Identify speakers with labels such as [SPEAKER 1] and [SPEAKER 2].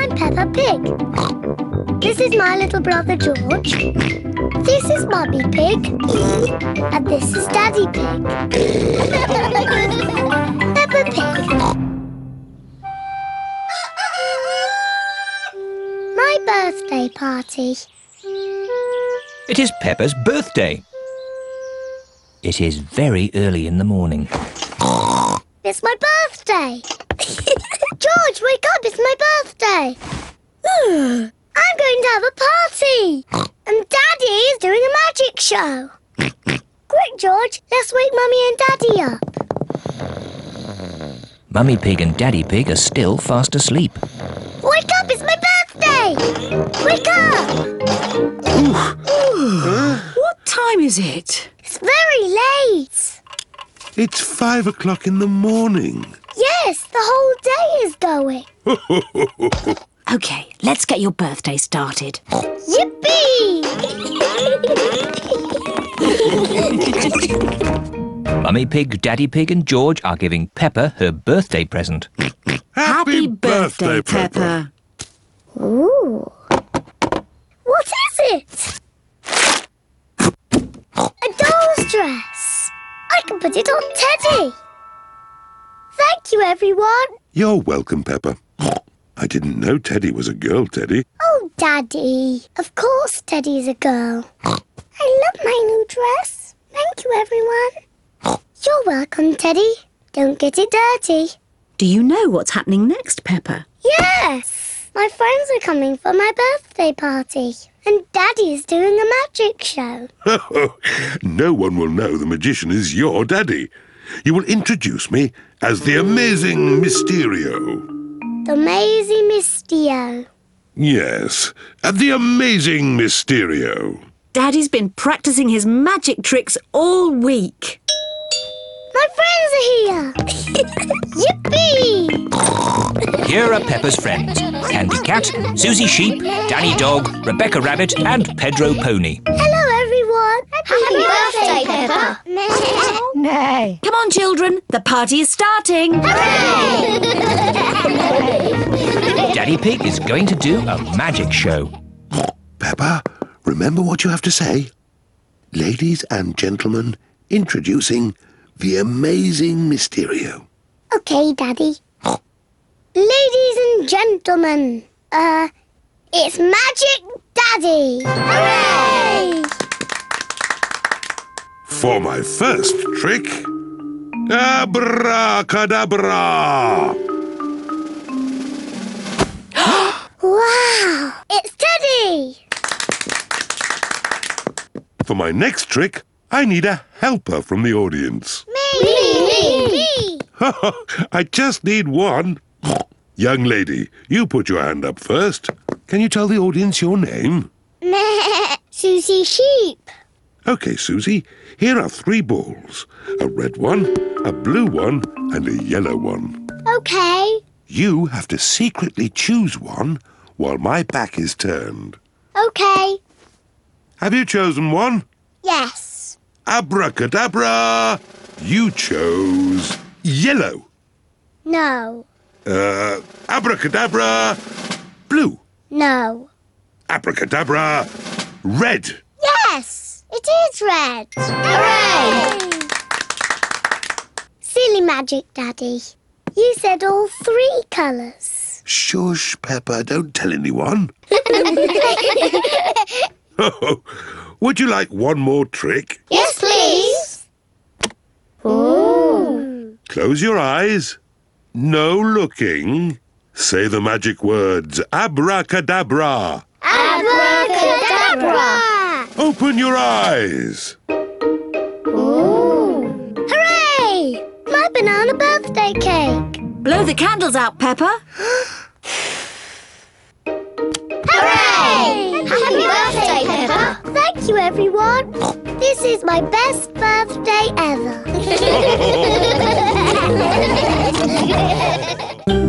[SPEAKER 1] Pig. This is my little brother George. This is Mummy Pig. And this is Daddy Pig. Peppa Pig. My birthday party.
[SPEAKER 2] It is Peppa's birthday. It is very early in the morning.
[SPEAKER 1] It's my birthday. George, wake up. It's my birthday. I'm going to have a party. And Daddy is doing a magic show. Quick, George, let's wake Mummy and Daddy up.
[SPEAKER 2] Mummy Pig and Daddy Pig are still fast asleep.
[SPEAKER 1] Wake up. It's my birthday. Wake up.
[SPEAKER 3] What time is it?
[SPEAKER 1] It's very late.
[SPEAKER 4] It's five o'clock in the morning.
[SPEAKER 1] Yes, the whole day is going.
[SPEAKER 3] Okay, let's get your birthday started.
[SPEAKER 1] Yippee!
[SPEAKER 2] Mummy Pig, Daddy Pig, and George are giving Peppa her birthday present.
[SPEAKER 3] Happy birthday, Pepper.
[SPEAKER 1] Ooh. What is it? A doll's dress. I can put it on Teddy. Thank you, everyone.
[SPEAKER 4] You're welcome, Pepper. I didn't know Teddy was a girl, Teddy.
[SPEAKER 1] Oh, Daddy. Of course, Teddy's a girl. I love my new dress. Thank you, everyone. You're welcome, Teddy. Don't get it dirty.
[SPEAKER 3] Do you know what's happening next, Pepper?
[SPEAKER 1] Yes! My friends are coming for my birthday party. And Daddy's doing a magic show.
[SPEAKER 4] no one will know the magician is your daddy. You will introduce me as the amazing Mysterio.
[SPEAKER 1] The Maisie Mistio.
[SPEAKER 4] Yes, uh, the amazing Mysterio.
[SPEAKER 3] Daddy's been practicing his magic tricks all week.
[SPEAKER 1] My friends are here! Yippee!
[SPEAKER 2] Here are Peppa's friends Candy Cat, Susie Sheep, Danny Dog, Rebecca Rabbit, and Pedro Pony.
[SPEAKER 1] Hello, everyone! Happy, birthday, Peppa!
[SPEAKER 3] Come on, children, the party is starting.
[SPEAKER 2] Daddy Pig is going to do a magic show.
[SPEAKER 4] Pepper, remember what you have to say. Ladies and gentlemen, introducing the amazing Mysterio.
[SPEAKER 1] okay, Daddy. Ladies and gentlemen, uh, it's Magic Daddy! Hooray!
[SPEAKER 4] For my first trick, abracadabra!
[SPEAKER 1] Wow! It's Teddy!
[SPEAKER 4] For my next trick, I need a helper from the audience.
[SPEAKER 1] Me! Me! Me!
[SPEAKER 4] I just need one. Young lady, you put your hand up first. Can you tell the audience your name?
[SPEAKER 1] Susie Sheep.
[SPEAKER 4] Okay, Susie, here are three balls a red one, a blue one, and a yellow one.
[SPEAKER 1] Okay.
[SPEAKER 4] You have to secretly choose one while my back is turned.
[SPEAKER 1] Okay.
[SPEAKER 4] Have you chosen one?
[SPEAKER 1] Yes.
[SPEAKER 4] Abracadabra! You chose yellow.
[SPEAKER 1] No.
[SPEAKER 4] Uh, abracadabra, blue.
[SPEAKER 1] No.
[SPEAKER 4] Abracadabra, red.
[SPEAKER 1] Yes. It is red. Hooray! Silly magic, Daddy. You said all three colours.
[SPEAKER 4] Shush, Pepper, don't tell anyone. Oh, Would you like one more trick?
[SPEAKER 1] Yes, please.
[SPEAKER 4] Close your eyes. No looking. Say the magic words abracadabra.
[SPEAKER 1] Abracadabra.
[SPEAKER 4] Open your eyes.
[SPEAKER 1] Hooray! My banana birthday cake.
[SPEAKER 3] Blow the candles out, Pepper.
[SPEAKER 1] Hooray! Happy birthday, Peppa. Thank you, everyone. This is my best birthday ever.